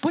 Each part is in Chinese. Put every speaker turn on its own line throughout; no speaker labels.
不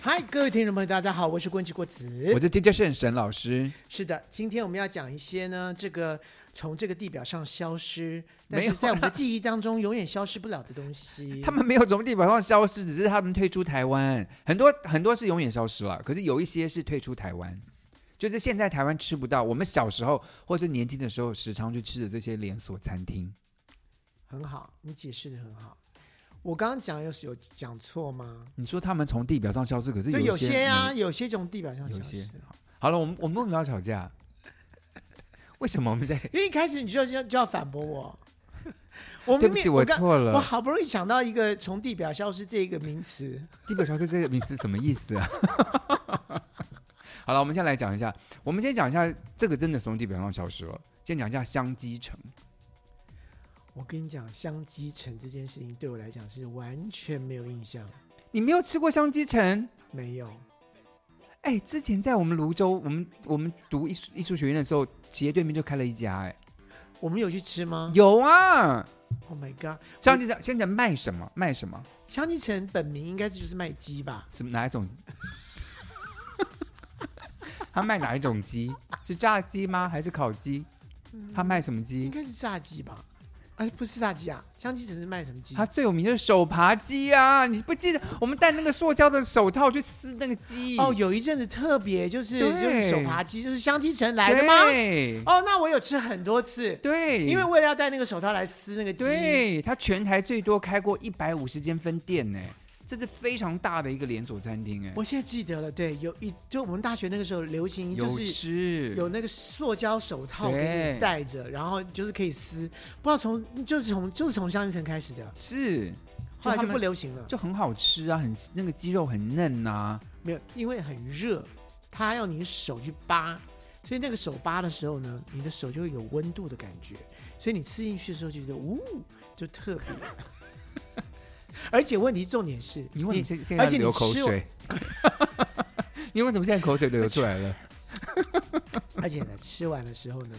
嗨，各位听众朋友，大家好，我是关志国子
我。是 DJ 圣沈老师，
是的，今天我们要讲一些呢，这个从这个地表上消失，但
没有
是在我们的
啦
记忆当中永远消失不了的东西。
他们没有从地表上消失，只是他们退出台湾，很多很多是永远消失了，可是有一些是退出台湾。就是现在台湾吃不到，我们小时候或是年轻的时候时常去吃的这些连锁餐厅，
很好，你解释的很好。我刚刚讲有有讲错吗？
你说他们从地表上消失，可是
就
一
有些啊，
没
有些从地表上消
嗯有
失
些。好了，我们我们为什么要吵架？为什么我们在？
因为一开始你就要就要反驳 我，我明
对不
明
起，
我
我
刚
错了。
我好不容易想到一个从地表消失这一个名词，
地表消失这个名词什么意思啊？ 好了，我们先来讲一下，我们先讲一下这个真的从地表上消失了。先讲一下香积城，
我跟你讲，香积城这件事情对我来讲是完全没有印象，
你没有吃过香积城？
没有。
哎，之前在我们泸州，我们我们读艺术艺术学院的时候，斜对面就开了一家，哎，
我们有去吃吗
有啊。
？Oh my god！
香积城现在卖什么？卖什么？
香积城本名应该是就是卖鸡吧？
什么哪一种？ 他卖哪一种鸡？是炸鸡吗？还是烤鸡？他卖什么
应
鸡？
该是炸鸡吧？啊，不是炸鸡啊，香积城是卖什么鸡？
他最有名就是手扒鸡啊！你不记得我们戴那个塑胶的手套去撕那个鸡？
哦，，有一阵子特别就是
对
就是手扒鸡，就是香积城来的吗？
对，
哦，那我有吃很多次，
对
因为为了要戴那个手套来撕那个鸡。
对他全台最多开过一百五十间分店呢，这是非常大的一个连锁餐厅哎，
我现在记得了，对，有一就我们大学那个时候流行就
有
是
吃
有那个塑胶手套
对
给你戴着，然后就是可以撕，不知道从就是从就是从香积城开始的，
是，
后来
他
就
们
不流行了，
就很好吃啊，很那个鸡肉很嫩啊呐、
没有，因为很热，它要你手去扒，所以那个手扒的时候呢，你的手就会有温度的感觉，所以你吃进去的时候就觉得呜、就特别。 而且问题重点是，
你为什么现现在
而且你
流口
吃我
水？ 你为什么现在口水流出 来了？
而且呢，吃完的时候呢，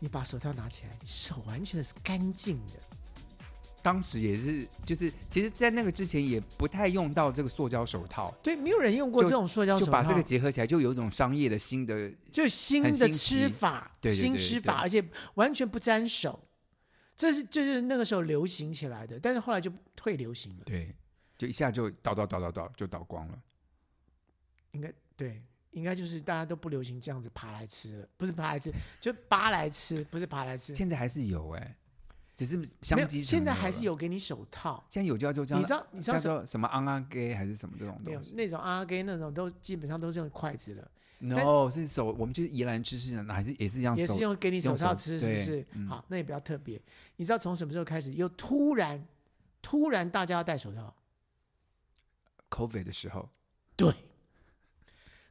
你把手套拿起来，你手完全是干净的。
当时也是，就是其实，在那个之前也不太用到这个塑胶手套，
对，没有人用过
就
这种塑胶手
就
套，
把这个结合起来，就有一种商业的新的。
就是新
很
的
新奇
吃法，
对对对
新
对
吃法，
对
而且完全不沾手。这是这就是那个时候流行起来的，但是后来就退流行了。
对，就一下就倒倒倒倒倒就倒光了。
应该对，应该就是大家都不流行这样子爬来吃了，不是爬来吃，就扒来吃，不是爬来吃。
现在还是有哎、只是
没
相
有
机
现在还是
有了，
有给你手套，
现在有叫就叫
你知道你知道
叫
什么
做什么昂阿 gay 还是什么这种
没有
东西？
那种阿给那种都基本上都是用筷子了，
然后是手，我们就是宜兰吃是还是也是一样
也
手
是用给你手
用
套
手
吃，是不
对
是？
嗯
好，那也比较特别。你知道从什么时候开始又突然突然大家要戴手套？
COVID 的时候，
对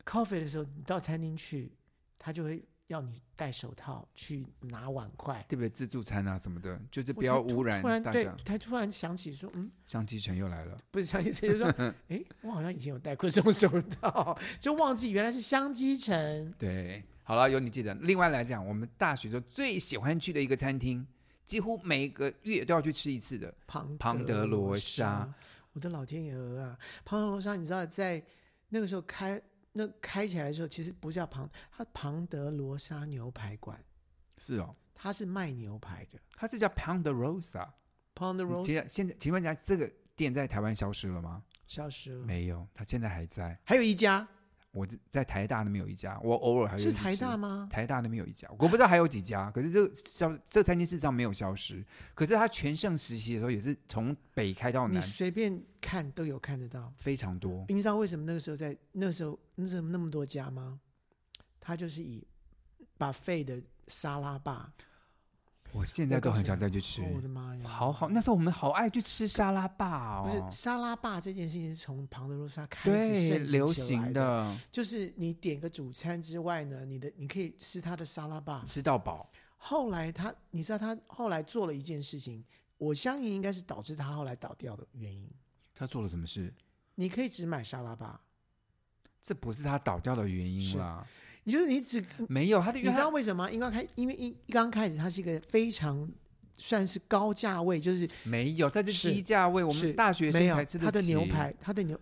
，coffee 的时候，你到餐厅去，他就会要你戴手套去拿碗筷。
特别自助餐啊什么的，就是
我
不要
才突
污染
突然
大
对
家。，
他突然想起说，嗯，
像继承又来了，
不是想起谁就说， 诶，我好像以前有戴过这种手套，就忘记原来是香积城。
对，好了，有你记得。另外来讲，我们大学时候最喜欢去的一个餐厅，几乎每个月都要去吃一次的。
庞
庞德罗莎
莎，我的老天爷鹅啊！庞德罗莎，你知道在那个时候开那开起来的时候，其实不叫庞，它庞德罗莎牛排馆，
是哦，
它是卖牛排的。
它是叫 Ponderosa。
庞德罗莎
请问啊现在，请问一下，这个店在台湾消失了吗？
消失了，
没有，它现在还在。
还有一家
我在在台大那边有一家，我偶尔还会
是
去
台
吃
大吗？
台大那边有一家，我不知道还有几家。可是这个消这餐厅事实上没有消失，可是它全盛时期的时候也是从北开到
你
南，
随便看都有看得到。
非常多。
你知道为什么那个时候在那时候那时候那么多家吗？他就是以把废的沙拉吧，
我现在
我告
都
诉
很
你
想再去吃
哦。我的妈呀！
好好，那时候我们好爱去吃沙拉吧、哦，
不是沙拉吧这件事情是从庞德罗莎开始
对
盛
流
起来
行
的，
的
就是你点个主餐之外呢，你的你可以吃他的沙拉吧。
吃到饱，
后来他，你知道他后来做了一件事情，我相信应该是导致它后来倒掉的原因。
他做了什么事？
你可以只买沙拉吧，
这不是他倒掉的原因
是
啦，
你就是你只
没有他的
你
原
知道
因。
为什么吗？因为开，因为一刚开始它是一个非常算是高价位，就是
没有，但是
是
低价位，我
是
们大学
没
生
有
才吃得起。
它的牛排，它的牛，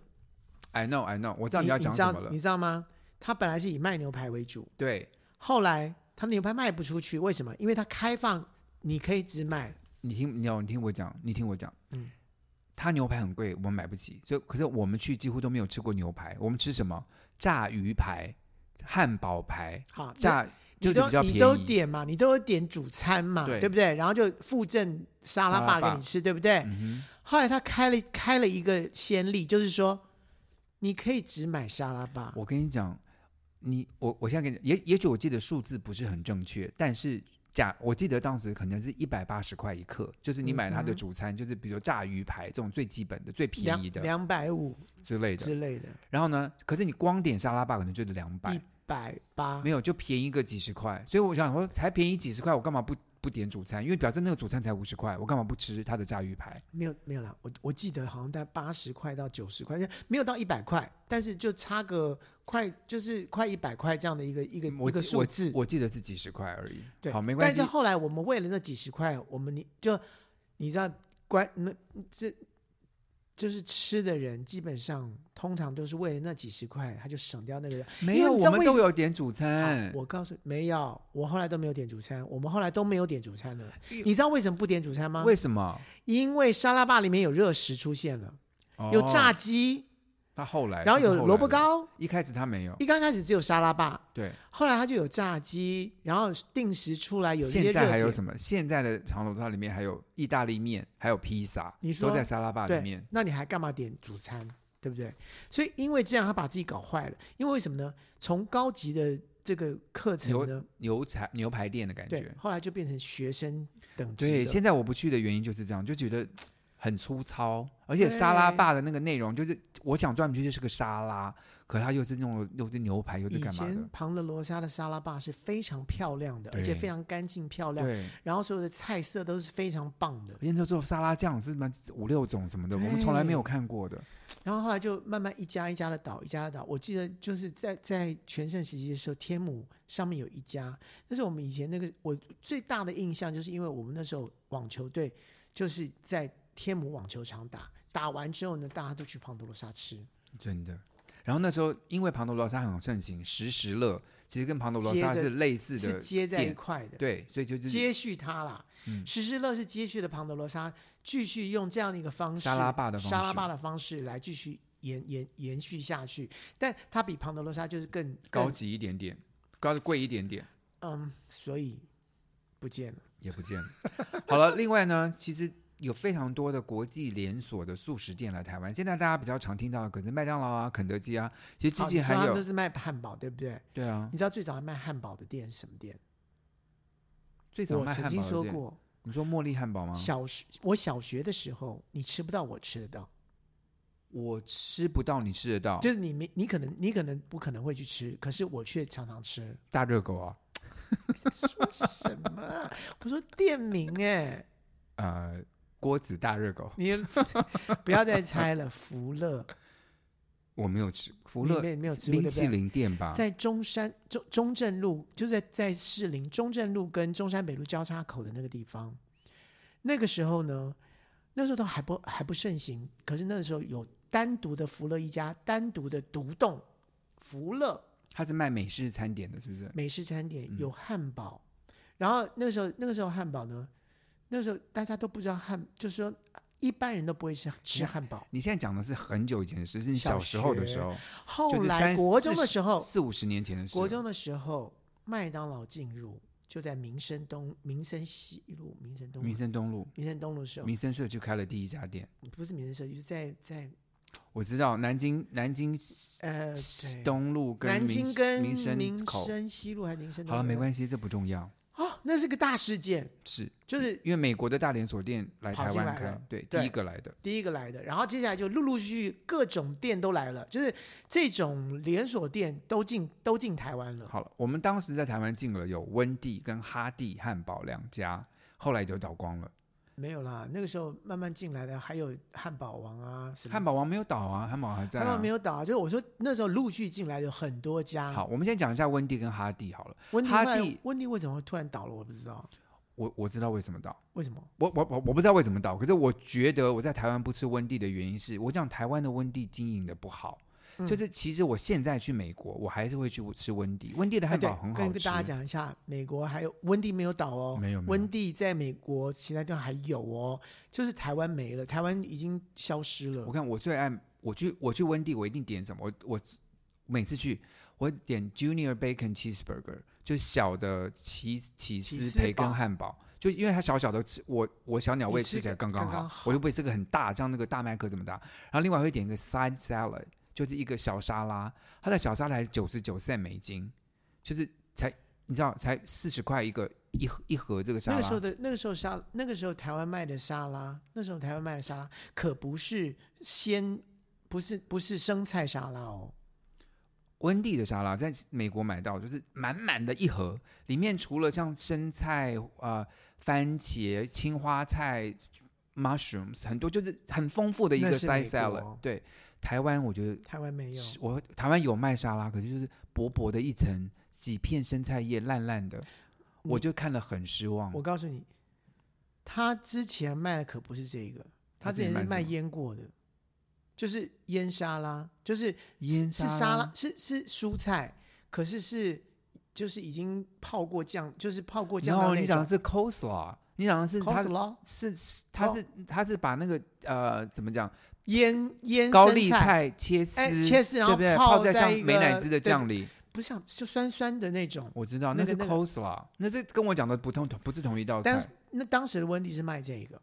，I know I know，我知道
你
要
你
讲
知
什
道
么了
你。知道吗？它本来是以卖牛排为主，
对，
后来它的牛排卖不出去，为什么？因为它开放，你可以只买
你听，你要你听我讲，你听我讲，
嗯
他牛排很贵，我们买不起，所以可是我们去几乎都没有吃过牛排，我们吃什么？炸鱼排、汉堡排、
好那
炸就
你
是
都
比较
你
便
都
宜
点嘛，你都有点主餐嘛，
对
对不对？然后就附赠沙拉
沙拉
吧
吧嗯
给你吃，对不对？后来他开了开了一个先例，就是说你可以只买沙拉吧。
我跟你讲，你我我现在跟你，也也许我记得数字不是很正确，但是假我记得当时可能是一百八十块一克，就是你买它的
嗯哼
主餐，就是比如炸鱼排这种最基本的、最便
两
宜的
两百五
之类的。
之类的，
然后呢，可是你光点沙拉吧可能就得两百
一，百八
没，有就便宜个几十块。所以我想说，才便宜几十块，我干嘛不不点主餐？因为表示那个主餐才五十块，我干嘛不吃它的炸鱼排？
没有没有啦，我我记得好像在八十块到九十块，没有到一百块，但是就差个快就是快一百块这样的一个一个
我
一个
记
数
我
字。
我记得是几十块而已。
对，
好，没关系
但是。后来我们为了那几十块，我们你就你知道关那这就是吃的人，基本上通常都是为了那几十块，他就省掉那个人。
没
因为
有，
你知道
我们
为
都
什
有点主餐
好。我告诉你没有，我后来都没有点主餐，我们后来都没有点主餐了。
因为
你知道为什么不点主餐吗？
为什么？
因为沙拉吧里面有热食出现了，有
哦
炸鸡，
他后来，
然后
这是
有
后来
萝卜
的，
糕。
一开始他没有，
一刚开始只有沙拉吧，
对，
后来它就有炸鸡，然后定时出来有一些
现在还有
热点
什么？现在的长楼套里面还有意大利面，还有披萨，
你
都
说
在沙拉吧啊里
对，
面。
那你还干嘛点主餐？对不对？所以因为这样，他把自己搞坏了。因为为什么呢？从高级的这个课程呢，
牛排牛排店的感
对
觉，，
后来就变成学生等级
对，
了
现在我不去的原因就是这样，就觉得很粗糙，而且沙拉
对
吧的那个内容就是我想专门去就是个沙拉，可它又是那种又是牛排又是
以
干嘛
前
的？
庞德罗莎的沙拉吧是非常漂亮的，
对
而且非常干净漂亮，
对，
然后所有的菜色都是非常棒的。
研究做沙拉酱是什么五六种什么的，我们从来没有看过的。
然后后来就慢慢一家一家的倒，一家的倒。我记得就是在在全盛时期的时候，天母上面有一家，那是我们以前那个我最大的印象，就是因为我们那时候网球队就是在天母网球场打，打完之后呢，大家都去庞德罗莎吃，
真的。然后那时候因为庞德罗莎很盛行，时时乐其实跟庞德罗莎
接着
是类似
是
的，
接在一
店
块的，
对，所以就是
接续它啦。时时乐是接续的庞德罗莎，继续用这样的一个方式，
沙拉霸的方式
沙拉霸的方式来继续延延延续下去，但它比庞德罗莎就是更
高
更
级一点点，高贵一点点
嗯，所以不见了。
也不见了。好了，另外呢，其实。有非常多的国际连锁的素食店来台湾，现在大家比较常听到的可能是麦当劳啊、肯德基啊，其实之
好
前
你
还
说他们
有
都是卖汉堡，对不对？
对啊，
你知道最早卖汉堡的店是什么店？
最早
我
卖汉
曾
堡
经
的
说
店，嗯
过，
你说茉莉汉堡吗？
小时我小学的时候，你吃不到我吃得
嗯
到，
我吃不到，你吃得到，
就是你没你可能你可能不可能会去吃，可是我却常常吃。
大热狗啊，
说什么啊？我说店名哎、
呃，锅子大热狗，
你 不要再猜了，福乐，
我没有吃，福
你
乐
没有没有吃过
冰
对不
淇
对？
淋店吧，
在中山中中正路，就在在士林中正路跟中山北路交叉口的那个地方。那个时候呢，那时候都还不还不盛行，可是那个时候有单独的福乐一家，单独的独栋福乐
它是卖美式餐点的，是不是？
美式餐点
嗯，
有汉堡。然后那个时候那个时候汉堡呢，那时候大家都不知道汉，就是说一般人都不会吃吃汉堡。
你现在讲的是很久以前的事，是你小时候的时候，
后
就是
来
三
国中的时候，
四五十年前的事。
国中的时候，麦当劳进入就在民生东、民生西路、民生东路
民、生东路
民生东路的时候
民，生社区开了第一家店，
不是民生社区，是在在
我知道南京南京
呃，对
东路跟
南
民
京跟
民
民
生口。
生西路还是民生东路？
好了，没
系
关系，这不重要，
哦，那是个大事件，
是
就是
因为美国的大连锁店来
跑
台
进
湾
来
开
了，
对，
对
第一个来的。
第一个来的，然后接下来就陆陆续续各种店都来了，就是这种连锁店都进都进台湾了。
好了，我们当时在台湾进了有温蒂跟哈蒂汉堡两家，后来就倒光了。
没有啦，那个时候慢慢进来的还有汉堡王啊，什么
汉堡王没有倒啊，汉堡王还在、啊。
汉堡没有啊倒啊，就是我说那时候陆续进来有很多家。
好，我们先讲一下温蒂跟哈蒂好了。
温蒂
哈
后来
蒂
温蒂为什么会突然倒了？我不知道
我我知道为什么倒，
为什么。
我我我我不知道为什么倒，可是我觉得我在台湾不吃温蒂的原因是，我讲台湾的温蒂经营的不好。
嗯
就是其实我现在去美国，我还是会去吃温蒂，温蒂的汉堡
哎对
很好吃。
跟跟大家讲一下，美国还有温蒂没有倒哦，
没有没有
温蒂在美国其他地方还有哦，就是台湾没了，台湾已经消失了
我。看我最爱我去我去温蒂，我一定点什么？我我每次去我点 Junior Bacon Cheeseburger，就小的起起
起
司
司堡
培根汉堡。就因为它小小的，吃我我小鸟胃
你吃
吃起来刚好，
刚刚好
我就不会吃个很大，像那个大麦克这么大。然后另外会点一个 side salad，就是一个小沙拉，它的小沙拉九十九 c 美金，就是才你知道才四十块一个一盒一盒这个沙
那
拉。
个时候的那个时候沙那个时候台湾卖的沙拉，那时候台湾卖的沙拉可不是鲜，不是不是生菜沙拉哦，
温蒂的沙拉在美国买到，就是满满的一盒，里面除了像生菜、呃番茄、青花菜、mushrooms 很多，就是很丰富的一个
那是
side
美
salad
国。
对，台湾我觉得
台湾没有。
是我台湾有卖沙拉，可是就是薄薄的一层，几片生菜叶，烂烂的，
你
我就看了很失望
我。告诉你，他之前卖的可不是这个，他
他之
之
前
前是
卖
卖
什么
腌过的，就是腌沙拉，就是
腌
是沙
拉
拉，是是蔬菜，可是是就是已经泡过酱，就是泡过
然
酱
后
的
你
那
讲的
种。
是 coleslaw，你讲的是它
coleslaw
是是它是它是把那个呃怎么讲
腌腌
高
生
丽
菜，
菜切丝，
哎，切丝然
对
后
不对？
泡
在像
一
美乃
个
滋的
对
酱里，
不像就酸酸的那种。
我知道
那
那是
个那个
coleslaw，那啊是跟我讲的不同不是同一道
但
菜
是，那当时的温蒂是卖这个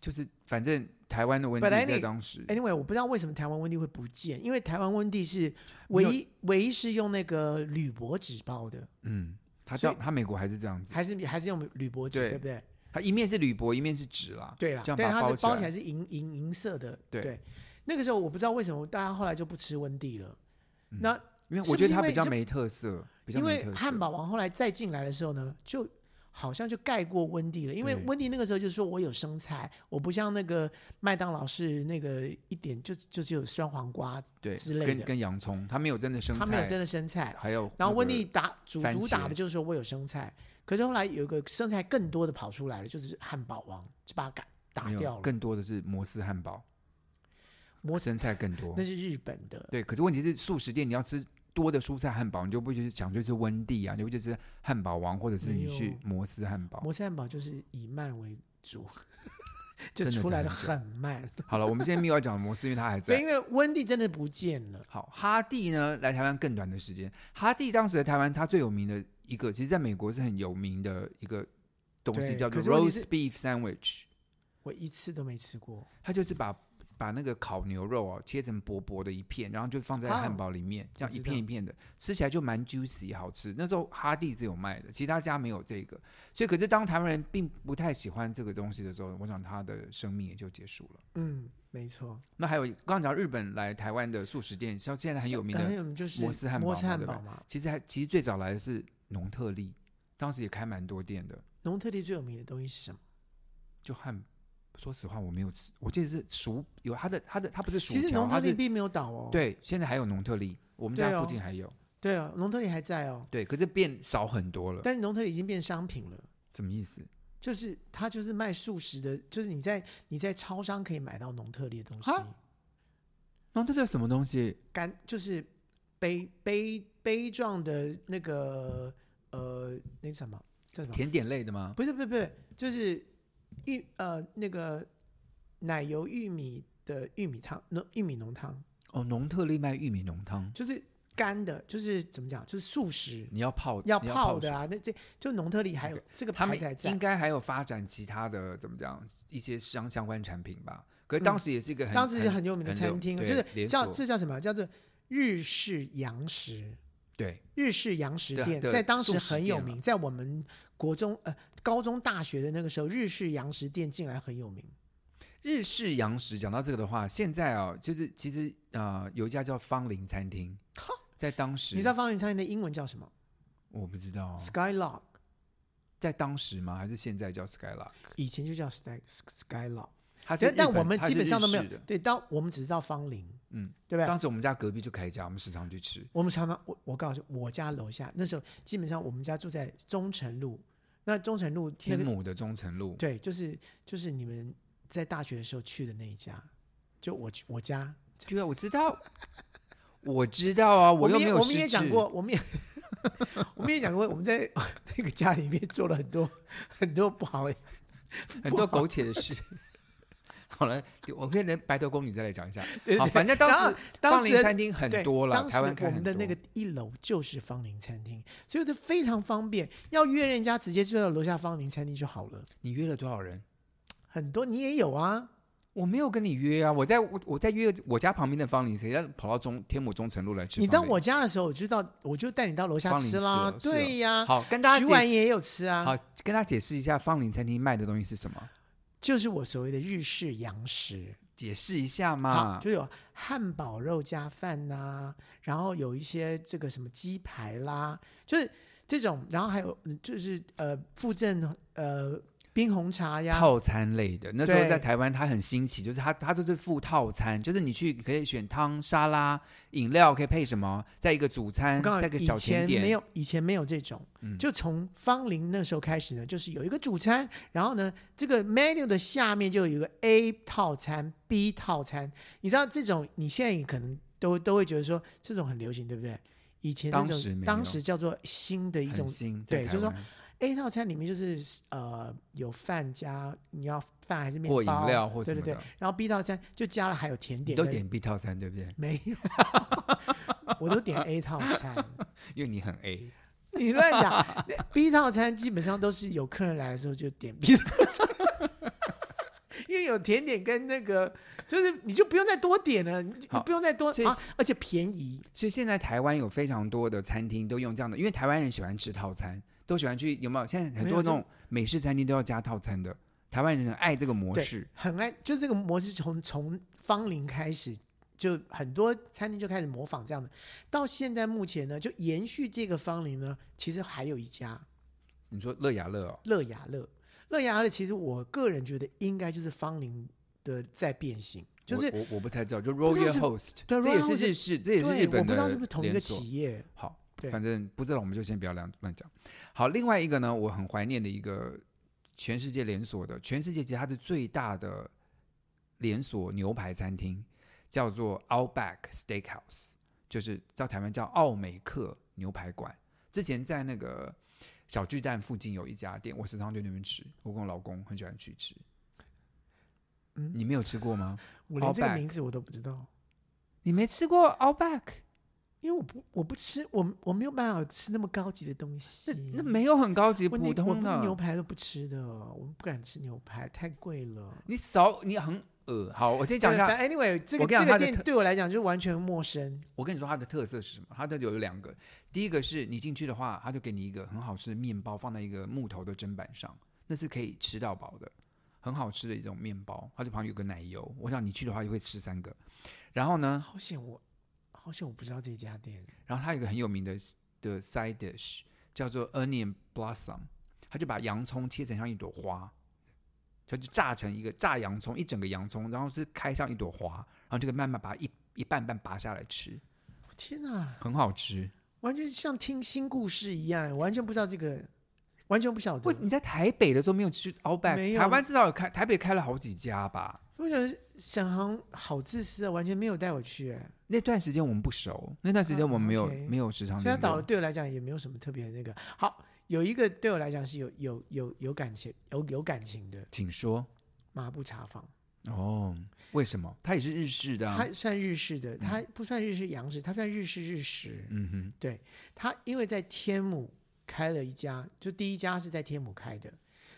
就是反正台湾的温蒂
本来你
在
哎
当时
，anyway，我不知道为什么台湾温蒂会不见，因为台湾温蒂是唯
没有
一唯一是用那个铝箔纸包的，
嗯，他
所
到
以
他美国还是这样子，
还是还是用铝箔纸，
对
对不对？
他一面是铝箔，一面是纸啦，
对啦，
这样
但
把
它
它
是
包
包
起
起
来
来是银银银色的，
对
那个时候我不知道为什么大家后来就不吃温蒂了，那
因为
是不
我觉得
是
它
因
比
为
较
是
没特色，嗯比较
因
没
为
特色。
汉堡王后来再进来的时候呢，就好像就盖过温蒂了，因为
对
温蒂那个时候就说我有生菜，我不像那个麦当劳是那个一点就就只有酸黄瓜，
对
之类
跟
的
跟洋葱，它没有真的生
它没有
菜，
真的生菜。
还有
然后
那
温
个
蒂打主
番
主打
茄
的就是说我有生菜，可是后来有一个生菜更多的跑出来了，就是汉堡王就把它打打
没有
掉了，
更多的是摩斯汉堡，
摩
生菜更多
那。是日本的。
对，可是问题是素食店你要吃多的蔬菜汉堡，你就不会去想去吃温蒂啊，你会去吃汉堡王，或者是你
没
去
有
摩斯汉堡。
摩斯汉堡就是以慢为主， 就
真的
出来
很
的
久
很慢。
好了，我们现在没有要讲摩斯，因为它还
对，
在。
因为温蒂真的不见了，
好，哈蒂呢来台湾更短的时间。哈蒂当时在台湾，它最有名的一个，其实在美国是很有名的一个东西，
对
叫做
可是问题
roast
是
beef sandwich。
我一次都没吃过。
它就是把把那个烤牛肉哦切成薄薄的一片，然后就放在
哦
汉堡里面，这样
我
一
知
片
道
一片的，吃起来就蛮 juicy 好吃。那时候哈蒂是有卖的，其他家没有这个。所以，可是当台湾人并不太喜欢这个东西的时候，我想他的生命也就结束了。
嗯，没错，
那还有刚刚讲日本来台湾的素食店，像现在很有名
很
的，
有名就是
摩斯汉堡
摩
嘛
斯汉
对吧
堡嘛，
其实还其实最早来的是农特利，当时也开蛮多店的。
农特地最有名的东西是什么？
就汉，说实话我没有吃，我记得是薯有它的它的它不是薯
其实
条，
农特
它
地
是
并没有倒哦。
对，现在还有农特利，我们家
对哦
附近还有。
对哦，农特地还在哦，
对，可是变少很多了。
但是农特地已经变商品了。
什么意思？
就是它就是卖素食的，就是你在你在超商可以买到农特利的东西，
哈农特利有什么东西？
干就是杯杯杯状的那个呃那什么叫什么？
甜点类的吗？
不是不是不是，就是玉呃那个奶油玉米的玉米汤，浓玉米浓汤，
哦，农特利卖玉米浓汤，
就是干的，就是怎么讲，就是素食
嗯你要泡，
要
你
泡
水
的。啊。那这就农特利还有这个
他
牌
们
子还在
应，该还有发展其他的怎么讲一些相相关产品吧？可是当时也是一个很、
嗯当时是很有名的
很
餐
有
厅，
对
就是
连
叫
锁
这叫什么？叫做日式洋食。
对
日式洋食
对啊
店
对
在当
素
时
食
很有
店嘛
名，在我们国中呃高中大学的那个时候，日式洋食店进来很有名。
日式洋食。讲到这个的话，现在啊、就是其实呃，有一家叫芳林餐厅，在当时
你知道方林餐厅的英文叫什么
我不知道、啊
？Skylark。
在当时吗？还是现在叫 Skylark？
以前就叫 Sky Skylock，
它是
但但
日本
我们
它
基
是
本
日
上都没
式
有
的。
对，当我们只知道芳龄，
嗯，
对不对？
当时我们家隔壁就开一家，我们时常去吃。
我们常常我我告诉你我家楼下那时候基本上我们家住在中城路，那中城路那
天
个
母的中城路，
对，就是就是你们在大学的时候去的那一家，就我去我家。
对啊，我知道，我知道啊，
们
又没
也
有
我们也
失
讲
智
过，我们也我们也讲过，我们在 那个家里面做了很多很多不好的。
很多苟且的事。 好了，我可以等白头宫女再来讲一下。
对
好，
对
反正当
然后
时
当
放
时
林餐厅很
对
多了，
当时
台湾开
我
很
们的
多。
那个一楼就是芳龄餐厅，所以就非常方便。要约人家直接就到楼下芳龄餐厅就好了。
你约了多少人？
很多你也有啊，
我没有跟你约啊，我在我我在约我家旁边的芳林，谁要跑到中天母中城路来吃芳
你
龄？
到我家的时候，我就到我就带你到楼下
芳龄
吃啦
吃了。是了
对呀、
好跟大家
徐
解
婉
释
也有吃啊，
好跟大家解释一下芳林餐厅卖的东西是什么，
就是我所谓的日式洋食。
解释一下
好，
嘛。
就有汉堡肉加饭呐、然后有一些这个什么鸡排啦，就是这种，然后还有嗯就是呃附赠呃冰红茶呀，
套餐类的，那时候
对
在台湾它很新奇，就是它它就是附套餐，就是你去可以选汤、沙拉、饮料，可以配什么，再一个主餐，
我告
再
诉
一个
你，以
小甜
前没
点。
有，以前没有这种，
嗯
就从芳龄那时候开始呢，就是有一个主餐，然后呢，这个 menu 的下面就有一个 A 套餐、B 套餐，你知道这种，你现在也可能都都会觉得说这种很流行，对不对？以前那种
当时没有
当时叫做新的一
很
种
新，在
对
台
就是说
湾
A 套餐，里面就是呃有饭加你要饭还是面包
或饮料或什么
对对
的
对，，然后 B 套餐就加了还有甜
你
点
都
跟，
点 B 套餐对不对？
没 有？我都点 A 套餐。
因为你很 A，
你乱 讲那，B 套餐基本上都是有客人来的时候就点 B 套餐， 因为有甜点跟那个，就是你就不用再多点了，你你
好
不用再多
所以
啊，而且便宜。
所以现在台湾有非常多的餐厅都用这样的，因为台湾人喜欢吃套餐，都喜欢去有没有？现在很
没
多
有
那
就
种美式餐厅都要加套餐的，台湾人很爱这个模
对
式。
很爱，就这个模式从从芳龄开始，就很多餐厅就开始模仿这样的。到现在目前呢，就延续这个芳龄呢，其实还有一家
你说乐雅乐哦，
乐雅乐。乐雅乐其实我个人觉得应该就是芳龄的在变形，就是
我我我不太知道，就
不
Royal
知道是
Host，
对
这也
Royal
是
Host，
日式，这也是
对
日本的
我不知道是不是同一个
连锁
企业。
好，
对
反正不知道我们就先不要乱乱讲。好，另外一个呢，我很怀念的一个全世界连锁的，全世界其实它的最大的连锁牛排餐厅叫做 Outback Steakhouse，就是到台湾叫奥美克牛排馆。之前在那个小巨蛋附近有一家店，我时常去那边吃，我跟我老公很喜欢去吃。
嗯
你没有吃过吗？
我连这个
Outback
名字我都不知道，
你没吃过 Outback？
因为我不我不吃，我我没有办法吃那么高级的东西
那。那没有很高级，
我那
普
我
通
不
的
牛排都不吃的，我不敢吃牛排，太贵了。
你少，你很恶。好，我先讲一下。
反正，anyway，这个
我跟你
这
讲
个
它的
店
特
对我来讲就完全陌生。
我跟你说它的特色是什么？它的有两个，第一个是你进去的话，它就给你一个很好吃的面包，放在一个木头的砧板上，那是可以吃到饱的，很好吃的一种面包。它就旁边有个奶油，我想你去的话就会吃三个。然后呢，
好险我，好险我不知道这家店。
然后它有一个很有名的的 side dish 叫做 onion blossom，它就把洋葱切成像一朵花，它就炸成一个炸洋葱，一整个洋葱，然后是开上一朵花，然后这个慢慢把它一一瓣瓣拔下来吃，
天哪，
很好吃。
完全像听新故事一样，完全不知道这个，完全不晓得
不，。你在台北的时候没有吃 Outback，
没有
台湾至少有开，台北开了好几家吧。
我想沈航好自私啊，完全没有带我去、哎
那段时间我们不熟，那段时间我们没有、
啊，OK
没有时常
所以他
联
倒
络
了，。对我来讲也没有什么特别的那个。好，有一个对我来讲是有有有有感情有有感情的
请说
麻布茶坊，
哦，为什么？它也是日式的、啊
它，算日式的，它不算日式洋食，它算日式日食。
嗯哼，
它因为在天母开了一家，就第一家是在天母开的，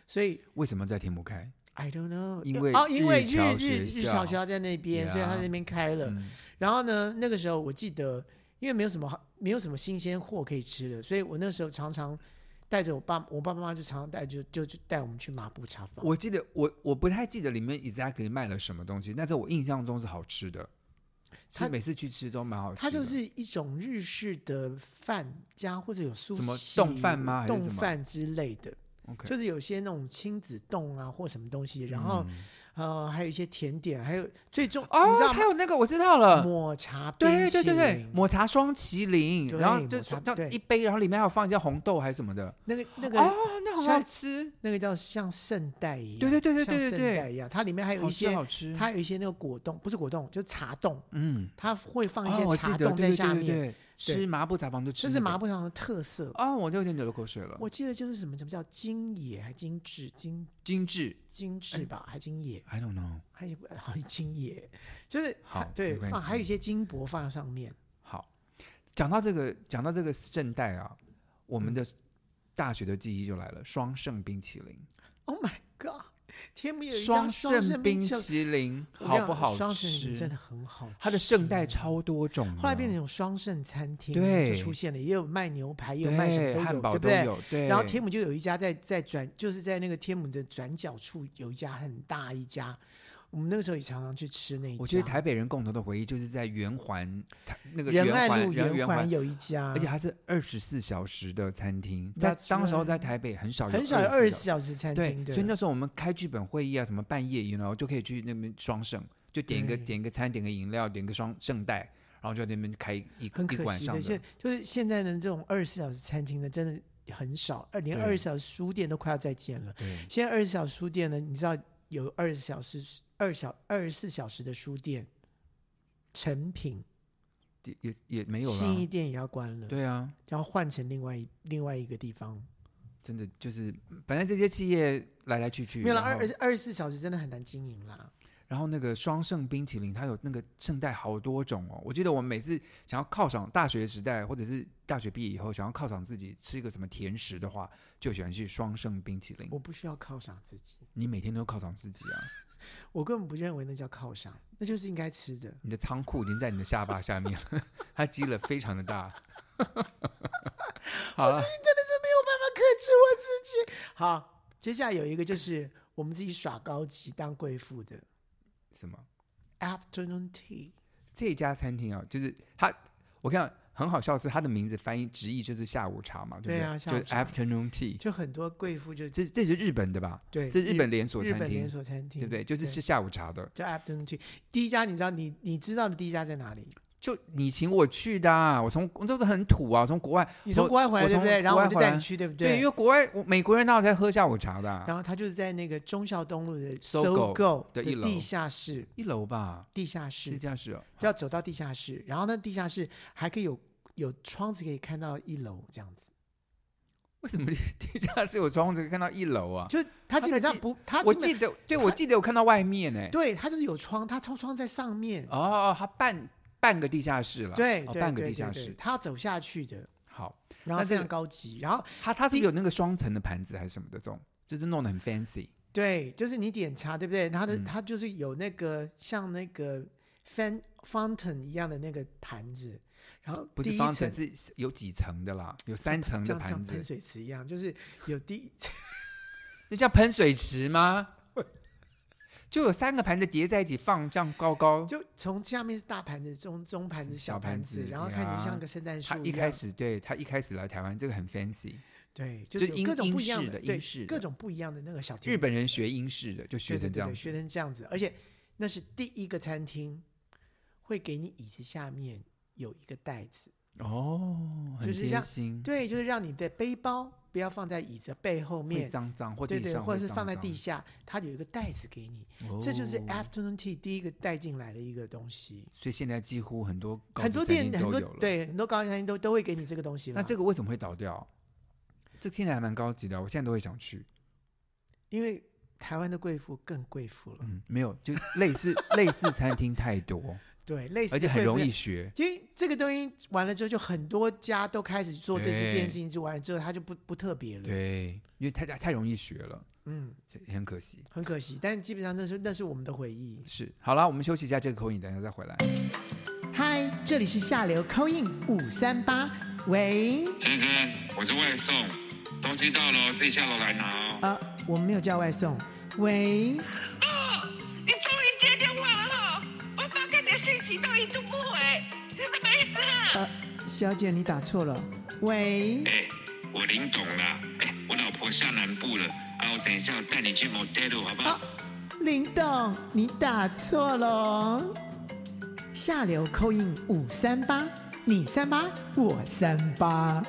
所以
为什么在天母开？
I don't know，
因为
哦，因为
日
日
侨
日
学
日侨
校
学校在那边，所以他
Yeah
在那边开了。
嗯
然后呢，那个时候我记得，因为没有什么好，没有什么新鲜货可以吃的，所以我那时候常常带着我爸，我爸爸妈妈就常常带就就就带我们去麻布茶坊。
我记得我我不太记得里面 exactly 卖了什么东西，但是我印象中是好吃的，
它
是每次去吃都蛮好吃的。
它就是一种日式的饭加或者有素
什么
西
冻饭吗还是
冻
什么
饭之类的，
OK
就是有些那种亲子冻啊或什么东西，然后、呃还有一些甜点，还有最重、你知
嗯哦，
道
还
吗？
有那个我知道了，
抹茶冰
对对
淇
对对
淋，
抹茶双麒麟，
对
然后就
抹茶
那
对
一杯，然后里面还有放一些红豆还是什么的，
那个那个、
哦，那很
虽
好
然
吃，
那个叫像圣代一样，
对对对对对
像
对对
圣代一样，它里面还有
好
一
吃
些，
好吃，
它有一些那个果冻，不是果冻，就是茶冻，
嗯，
它会放一
哦我
些
记
茶
得
冻
对
在
对
下
对对
面，
对吃麻布茶坊就吃
这
那
是
个
麻布上的特色。
哦，我就有点流口水了，
我记得就是什么什么叫金野还金致金
精致
金致吧，还金野
，I don't know，
还有 好像金野，就是它
好没
对
关
放还有一
系
些金箔放在上面。
好，讲到这个讲到这个圣代啊，我
嗯
们的大学的记忆就来了，双圣冰淇淋。
Oh my god！天母有一家
双
圣
圣冰
淇
淇淋
我跟你
好
讲
不好
双圣冰淇淋真
吃
的？很好吃，
它的圣代超多种的，
后来变成那种双盛餐厅，
对
就出现了，也有卖牛排，也有卖什么
对
都
汉
有，
堡
对不
都
对？
有，对。
然后天母就有一家在在转，就是在那个天母的转角处有一家很大一家，我们那个时候也常常去吃那一家。
我觉得台北人共同的回忆就是在圆环，台那个
仁
圆
爱路
环圆
圆
圆
环
环，
有一家，
而且它是二十四小时的餐厅，在
That's
当时候
right
在台北很少
很少有二十
24
四小时餐
对
厅，的，
所以那时候我们开剧本会议啊，什么半夜，you know，就可以去那边双盛，就点一个
对
点一个餐，点个饮料，点个双圣代，然后就在那边开一一
很
个
可
晚
惜
上
的。现
的。
就是现在的这种二十四小时餐厅呢，真的很少，二连
对
二十小时书店都快要再见了。
对，
现在二十小时书店呢，你知道有二十小时、二小二十四小时的书店，成品
也也也没有
新一
了。
店也要关了，
对啊，
然后换成另外一另外一个地方。
真的就是，反正这些企业来来去去，
没有了，
然
二
后
二二十四小时真的很难经营啦。
然后那个双圣冰淇淋，它有那个圣代好多种哦。我记得我们每次想要犒赏大学时代，或者是大学毕业以后想要犒赏自己吃一个什么甜食的话，就喜欢去双圣冰淇淋
我。不需要犒赏自己，
你每天都犒赏自己啊，
我根本不认为那叫犒赏，那就是应该吃的。
你的仓库已经在你的下巴下面了， 它积了非常的大。 好了，
克制我自己。好，接下来有一个就是我们自己耍高级当贵妇的
什么？
afternoon tea，
这家餐厅啊，就是它，我看很好笑是它的名字翻译直译就是下午茶嘛，对不
对啊下
就
午
是
茶
afternoon tea。
就很多贵妇就
这这是日本的吧？
对，
这是日本连锁
日
餐
本连
厅，
锁餐厅，
对不对？就是吃
对
下午茶的，
叫 afternoon tea。第一家你知道你你知道的第一家在哪里？
就你请我去的啊、我从我这个很土啊，我从国外，
你从
我
国外回来
我
对不对？
从
然后
国
我
外
就
回
带
来
你去对不
对，因为国外我美国人那我在喝下午茶的啊、
然后他就是在那个忠孝东路的
搜狗
搜狗
的
的
一楼
地下室，
一楼吧，
地下
是
室
这样是哦，
就要走到地下室，然后呢地下室还可以有有窗子可以看到一楼这样子。
为什么地下室有窗户只看到一楼啊？
就他基本
它
上
的
不，他
我
基本
记得，对我记得我看到外面呢、
对，它就是有窗，它窗窗在上面。
哦哦，它半半个地下室了，
对，
哦
对
半个
对
地
对
下
对
室。
它要走下去的，
好，
然
那
后
这
非常
个
高级。然后
它它是不是有那个双层的盘子还是什么的这种，就是弄得很 fancy。
对，就是你点茶，对不对？它的
嗯
它就是有那个像那个 fan fountain 一样的那个盘子，然后
不是
第一
方
层
层，是有几层的啦，有三层的
像像
盘
喷
子，
水池一样，就是有第一层
那叫喷水池吗？就有三个盘子叠在一起放，这样高高。
就从下面是大盘子，中中盘子、
嗯小
小盘
盘
子
子，
然后看起来
呀
像个圣诞
他
树
一
样
开始对他一开始来台湾，这个很 fancy，
对，就
就是
有
英
各种
英
不一样
式的英
对
式，
各
的
种不一样的那个小甜
日本人学英式的就学
对对
成这
对
样
对，。学成这样子，而且那是第一个餐厅会给你椅子下面有一个袋子，
哦，很
就是这
贴
样
心，
对，就是让你的背包不要放在椅子的背后
会
面，
脏脏或
对
地
对，
上，
或者
会
是放在
脏
地下，它有一个袋子给你，
脏哦
这就是 afternoon tea 第一个带进来的一个东西。
所以现在几乎很多高
很
级
多
餐
店
厅
很
都
多
有了。
对啊很多高级餐厅都都会给你这个东西了，
那这个为什么会倒掉？这听起来还蛮高级的，我现在都会想去。
因为台湾的贵妇更贵妇了，
嗯，没有，就类似类似餐厅太多，
对， 类似
而且
的贵
很
妇
容
也
易学。
因为这个东西完了之后，就很多家都开始做这些
对
件事情，就完了之后，它就不不特别了。
对，因为太太容易学了，
嗯，
所以很可惜。
很可惜，但基本上那是那是我们的回忆。
是，好了，我们休息一下这个口音，等一下再回来。
嗨，这里是下流 call in 五三八，喂，
先生，我是外送，东西到了哦自己下楼来拿哦。
呃，我们没有叫外送，喂，
哦，你终于接电话了哈、我发给你的信息都一度不回，你什么意思啊？
呃，小姐你打错了，喂，
哎、我领懂了，哎、我老婆我下南部了啊，我等一下我带你去 motel 好不好？
林董，你打错了哦。下流扣印五三八，你三八，我三八。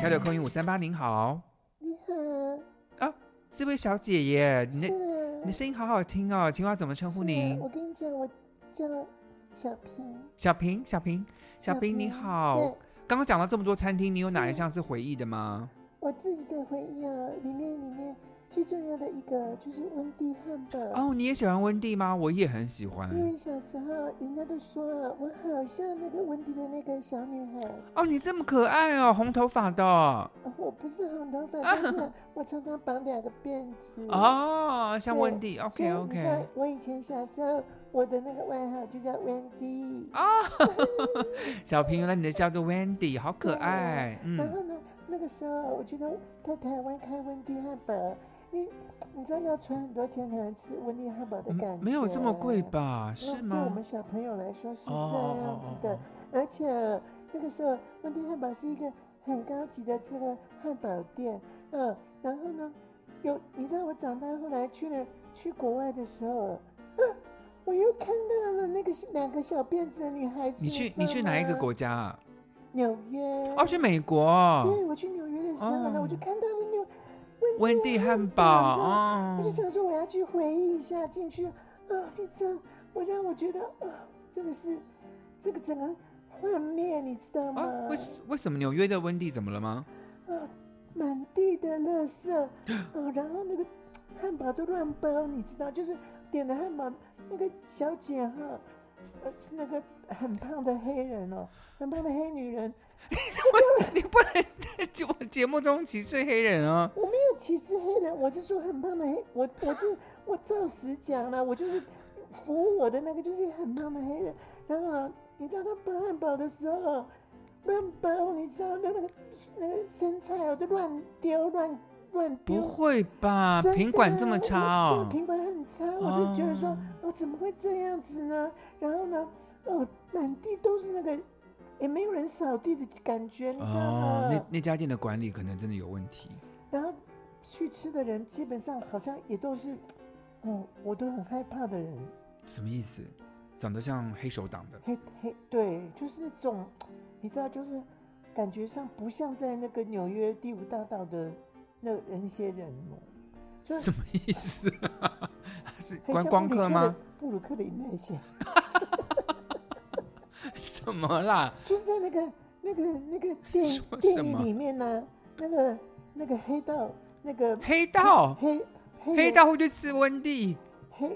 下流空音五三八，您好。你好。啊，这位小姐耶，你的你的声音好好听哦，请问要怎么称呼您？
啊我跟你讲，我叫小平，
小平，小平，小
小
平，你
平
好
对。
刚刚讲了这么多餐厅，你有哪一项是回忆的吗？
我自己的回忆哦，里面里面最重要的一个就是温蒂汉堡。
哦，你也喜欢温蒂吗？我也很喜欢。
因为小时候人家都说啊，我好像那个温迪的那个小女孩，
哦，你这么可爱哦，红头发的哦，
呃我不是 红头发，但是我常常绑两个辫子。
哦像
嗯对
温蒂。
所以
OK
你知道
OK。
我以前小时候，我的那个外号就叫温迪。
哦，小平，原来你的叫做 Wendy，好可爱。
然
嗯，
后呢，那个时候我觉得在台湾开温蒂汉堡，你你知道要存很多钱才能吃温蒂汉堡的感觉，
嗯没有这么贵？吧？
那
是
对我们
吗？
小朋友来说是这
哦哦
样
哦
子的，
哦
而且那个时候温蒂汉堡是一个很高级的这个汉堡店，嗯，然后呢，有你知道我长大后来去了去国外的时候，啊，我又看到了那个是两个小辫子的女孩子，
你去你
知
去
道
哪一个
吗？
国家啊？
纽约
哦，去美国
对，。我去纽约的时候呢，
哦
我就看到了纽
温蒂汉堡
你知道
哦
我就想说我要去回忆一下进去啊，就这样，我让我觉得啊，真的是这个整个画面，你知道吗？
啊，为为什么纽约的温蒂怎么了吗？
啊，满地的垃圾，啊，然后那个汉堡都乱包，你知道，就是点的汉堡，那个小姐哈，呃，是那个很胖的黑人哦，很胖的黑女人，
你不能在节目节目中歧视黑人哦。
我没有歧视黑人，我是说很胖的黑，我 我就我照实讲了，我就是服务我的那个就是一个很胖的黑人。然后呢，你知道他包汉堡的时候乱包，你知道那那个那个生菜哦都乱丢乱乱丢
不，会吧？
嗯真的啊
品管这么差
我
哦
对，？品管很差，我就觉得说
哦
哦怎么会这样子呢？然后呢，哦满地都是那个也没有人扫地的感觉，你知道啊吗？
哦，那那家店的管理可能真的有问题。
然后去吃的人基本上好像也都是，嗯，我都很害怕的人，
什么意思？长得像黑手党的
黑黑对，就是那种，你知道，就是感觉上不像在那个纽约第五大道的那人一些人哦，就是
什么意思、 啊？是
很
观光
像布鲁
客
克
吗
的？？布鲁克林那些，
什么啦？
就是在那个 那个那个电影
说什
电
么
影里面呢、那个那个黑道那个
黑道？
黑黑
黑
人
道会去吃温蒂？
黑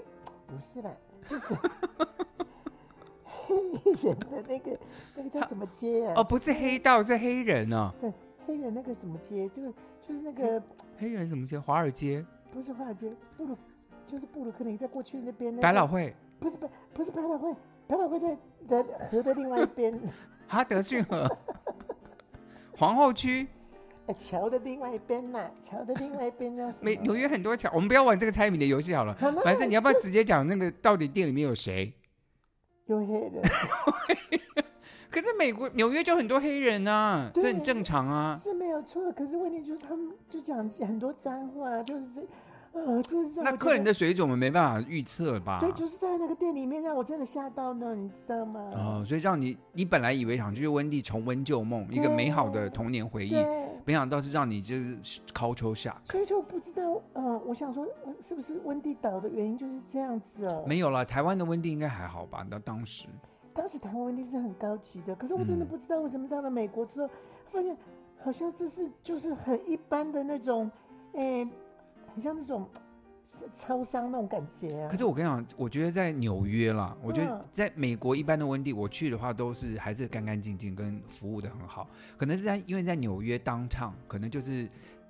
不是啦，就是黑人的那 个那个叫什么街啊？
哦，不是黑道，是黑人哦。
对，黑人那个什么街，就是就是那
嗯
个
黑人什么街？华尔街、
不是华尔街，布鲁就是布鲁克林，在过去那边、那个、
百老汇、
不是百不是百老汇，百老汇在在河的另外一 边，
哈德逊河、 皇后区。
呃桥的另外一边呐、桥的另外一边叫什么？
美纽约很多桥，我们不要玩这个猜谜的游戏好了。
好啦
反正你要不要直接讲那个到底店里面有谁？
有黑人，
可是美国纽约就很多黑人啊，
对
这很正常啊。
是没有错，可是问题就是他们就讲很多脏话，啊就是这，呃，这是让
那
我觉
客人
得
的水准我们没办法预测吧？
对，就是在那个店里面让我真的吓到呢，你知道吗？
哦，所以让你你本来以为想去温蒂重温旧梦，一个美好的童年回忆，
对，
没想到是让你就是 culture shock。
所以就不知道，呃，我想说，呃是不是温蒂岛的原因就是这样子哦？
没有啦，台湾的温蒂应该还好吧？那当时
当时台湾温蒂是很高级的，可是我真的
嗯
不知道为什么到了美国之后，发现好像这是就是很一般的那种，诶、很像那种是超商那种感觉啊
可。是我跟你讲，我觉得在纽约啦，我觉得
嗯
在美国一般的温蒂，我去的话都是还是干干净净，跟服务的很好。可能是在因为在纽约当场，可能就是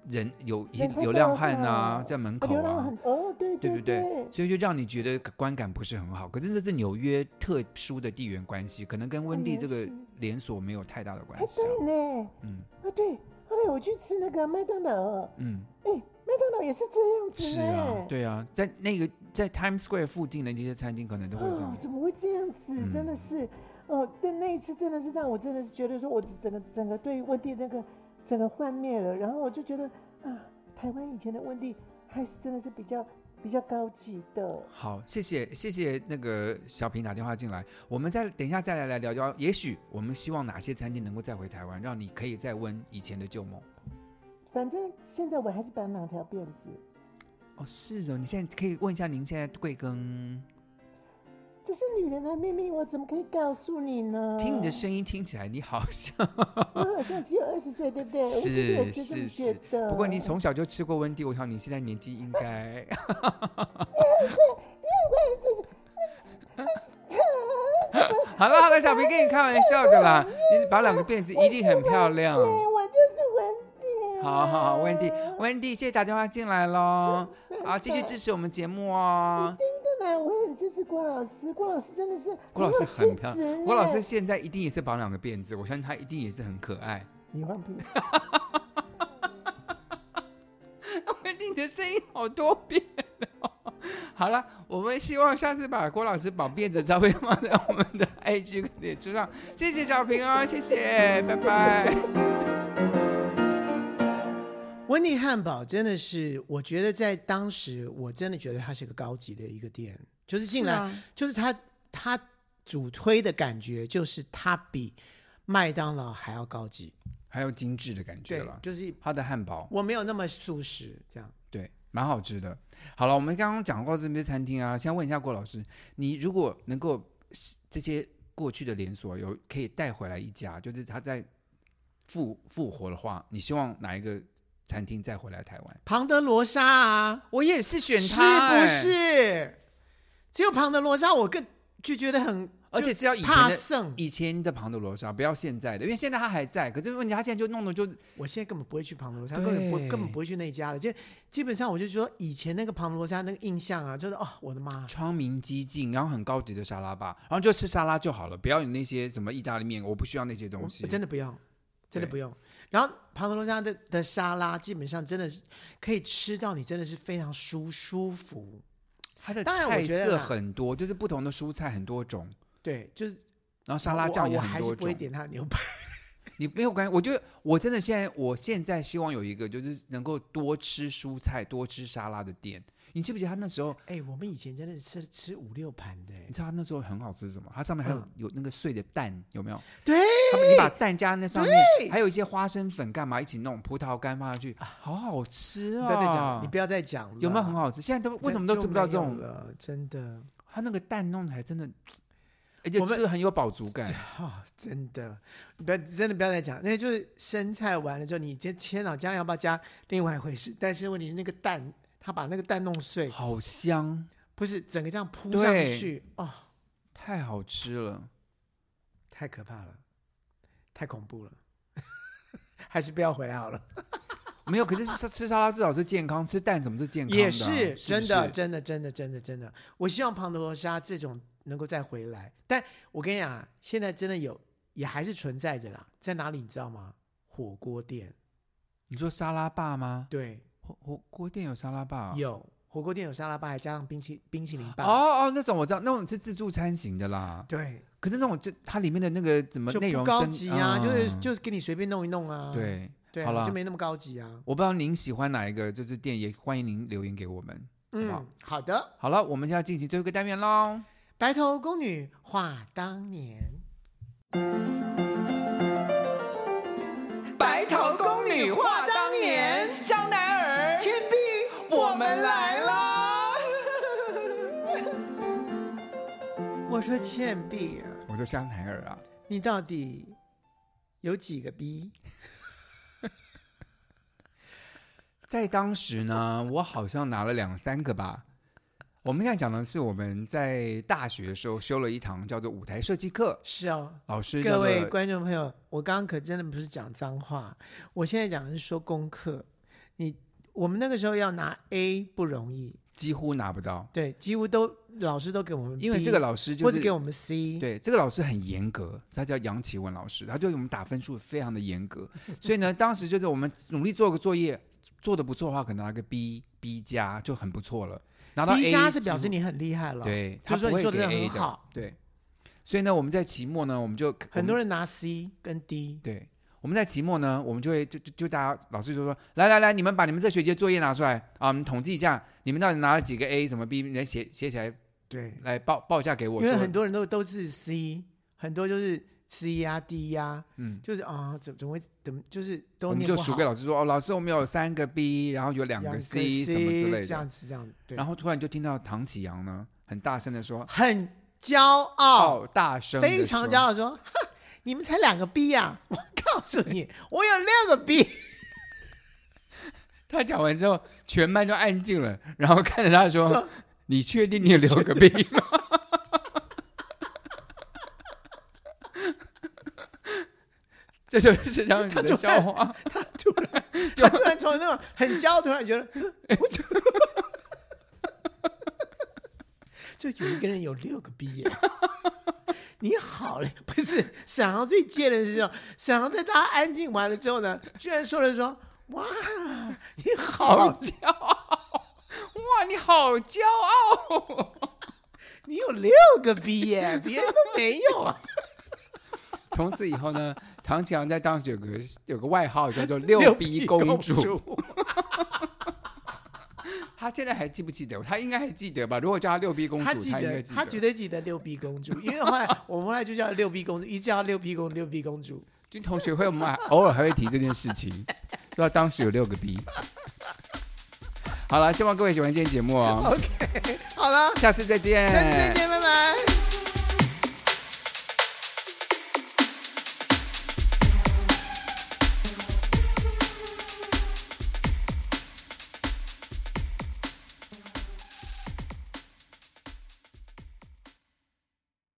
人有一些
人太
流浪汉
多
啊
了，
在门
啊
口
流浪
啊
很，哦，对
对
对
不对？所以就让你觉得观感不是很好。可是这是纽约特殊的地缘关系，可能跟温蒂
也
这个
哦是
连锁没有太大的关
还
系、啊。
哎对呢，
嗯
啊对，后来我去吃那个麦当劳哦，
嗯，
哎、麦当劳也是这样子
是
呢。
啊，对啊，在那个在 Times Square 附近的那些餐厅，可能都会这
哦
样，嗯子。
怎么会这样子？真的是，哦，但那一次真的是让我真的是觉得说，我整个整个对温蒂那个整个幻灭了。然后我就觉得啊，台湾以前的温蒂还是真的是比较比较高级的。
好，谢谢谢谢那个小平打电话进来，我们再等一下再来来聊聊，也许我们希望哪些餐厅能够再回台湾，让你可以再温以前的旧梦。
反正现在我还是绑两条辫子，
哦，是哦，你现在可以问一下您现在贵庚？
这是女人的秘密，我怎么可以告诉你呢？
听你的声音听起来你好像
我好像只有二十岁，对不对？哦我自己
是
也这
是
么觉
是，
得。
不过你从小就吃过温蒂，我想你现在年纪应该
哎
好了好了，小平跟你开玩笑的 啦，你把两个辫子一定很漂亮。
对，我就是温蒂。
好好好，温蒂，温蒂，谢谢打电话进来 喽，好，继续支持我们节目哦。
真的啦，我也很支持郭老师，郭老师真的是
郭老师很漂
很有气质
亮，
呢
郭老师现在一定也是绑两个辫子，我相信他一定也是很可爱。
你放屁！
温蒂，你的声音好多变哦。好了，我们希望下次把郭老师绑辫子的照片放在我们的 IG 跟脸书上。谢谢小平哦，谢谢，拜拜。
温蒂汉堡真的是，我觉得在当时，我真的觉得它是个高级的一个店，就是进来，
是啊
就是它它主推的感觉，就是它比麦当劳还要高级，
还有精致的感觉
对
了，，
就是
他的汉堡。
我没有那么素食这样。
对，蛮好吃的。好了，我们刚刚讲过这边餐厅啊，先问一下郭老师，你如果能够这些过去的连锁有可以带回来一家，就是它在复复活的话，你希望哪一个餐厅再回来台湾？
庞德罗莎啊，
我也是选哎
是
它、
不？是？只有庞德罗莎，我更就觉得很，
而且
就是
要以前
怕
的。
剩。
以前的庞德罗莎，不要现在的，因为现在它还在。可是问题，它现在就弄的就
我现在根本不会去庞德罗莎，
对
根本不根本不会去那家了。就基本上我就说以前那个庞德罗莎那个印象啊，就是哦，我的妈，
窗明几净，然后很高级的沙拉吧，然后就吃沙拉就好了，不要有那些什么意大利面，我不需要那些
我
东西。
我真的不用，真的
对
不用。然后庞德罗莎的的沙拉基本上真的是可以吃到你真的是非常舒舒服，
它的
当然我
菜
觉得
色
啦
很多，就是不同的蔬菜很多种，
对，就是
然后沙拉
我
酱也
我
很
还是
多
不会
种。
点他的牛排。
你没有关系，我觉得我真的现在，我现在希望有一个就是能够多吃蔬菜、多吃沙拉的店。你记不记得他那时候？
哎，我们以前真的是吃吃五六盘的，
你知道他那时候很好吃什么？它上面还有、
嗯
有那个碎的蛋，有没有？
对，
他们你把蛋加在那上面，还有一些花生粉干嘛一起弄，葡萄干放下去，好好吃
啊你不要
啊！
再讲了，你不要再讲了，
有没有很？好吃？现在都为什么都吃不到这种？
了？真的。
他那个蛋弄的还真的，而且
我们
吃得很有饱 足感。
哦，真的，你不要真的不要再讲，那就是生菜完了之后，你这千岛酱要不要加另外一回事？但是问题是那个蛋，他把那个蛋弄碎，
好香，
不是整个这样铺
对
上去，哦，
太好吃了！
太可怕了，太恐怖了， 还是不要回来好了。
没有，可是吃吃沙拉至少是健康，吃蛋什么是健康的啊、
也是
不
真的，
是
真的，真的，真的，真的，我希望庞德罗莎这种能够再回来，但我跟你讲啊，现在真的有，也还是存在着啦，在哪里你知道吗？火锅店，
你说沙拉霸吗？
对，
火火锅店有沙拉霸、啊？
有火锅店有沙拉吧，还加上冰淇冰淇淋吧。，
哦哦，那种我知道，那种是自助餐型的啦。
对，
可是那种就它里面的那个怎么
就
内
不
容
高
真
级啊，就是
嗯
就是给你随便弄一弄啊。
对
对
好
啊，
啦
就没那么高级啊。
我不知道您喜欢哪一个就是店，也欢迎您留言给我们。好
嗯，好的，
好了，我们就要进行最后一个单元喽。
白头宫女话当年，
白头宫女话当年，香奈儿，
倩碧，
我们来啦！
我说倩碧啊，
我说香奈儿啊，
你到底有几个逼？
在当时呢，我好像拿了两三个吧。我们现在讲的是我们在大学的时候修了一堂叫做舞台设计课，
是哦，
老师
各
叫做
位观众朋友，我刚刚可真的不是讲脏话，我现在讲的是说功课。你我们那个时候要拿 A 不容易，
几乎拿不到，
对，几乎都老师都给我们 B，
因为这个老师就
或者
是
给我们 C，，
对这个老师很严格，他叫杨启文老师，他对我们打分数非常的严 格，所以呢，当时就是我们努力做个作业，做的不错的话，可能拿个 B B 加就很不错了，拿到 A
一加是表示
几乎
你很厉害了，，
对，
就
他
是说
不
你
会
做得
给
很
A
好
对，所以呢，我们在期末呢，我们就
很多
人
人拿 C 跟 D，
对。我们在期末呢，我们就会就就就大家老师就说，来来来，你们把你们这学期的作业拿出来啊，我们统计一下，你们到底拿了几个 A 什么 B，你来写写起来
对，
来报报价给我。
因为
说
很多人都都是 C，很多就是 C 呀、D 呀、
嗯，
就是啊，怎怎么会怎么就是
我
都
们
念
就
不好，
数给老师说，哦，老师我们有三个 B，然后有两
两
个
个
C 什么之类
这
的。
样子这样子，对，
然
后
后突然就听到唐启阳呢很大声的说，
很骄傲，
哦，大声地
非常
说
骄傲说，哈，你们才两个 B 呀、 我告诉你，我有六个 B，
他讲完之后，全班都安静了，然后看着他说
说：“
你确定你有留个病吗？” 这就是让你
他
的
就
笑话。
他突然他突然从那种很骄傲，突然觉得，嗯我就 就有一个人有六个 B 耶。 你好嘞，不是沈航最贱的是什么？沈航在大家安静完了之后呢，居然说了说：“哇，你好
好骄傲！哇，你好骄傲！哦
你有六个 B 耶，别人都没有啊。
从此以后呢，唐启阳在当时有个有个外号 叫做“六
六
逼
逼
公
公
主”
主
他现在还记不记得？他应该还记得吧？如果叫他“六逼公主”，
他
他
记
应该
得，
记
他绝对记得六 B 公主，因为后 来我们后来就叫六 B 公主，一叫六 B 公六 B 公主。
就同学会，我们还偶尔还会提这件事情，说到当时有六个 B。好了，希望各位喜欢今天节目哦，
好了，
下次再见，
哎下次再见，拜拜。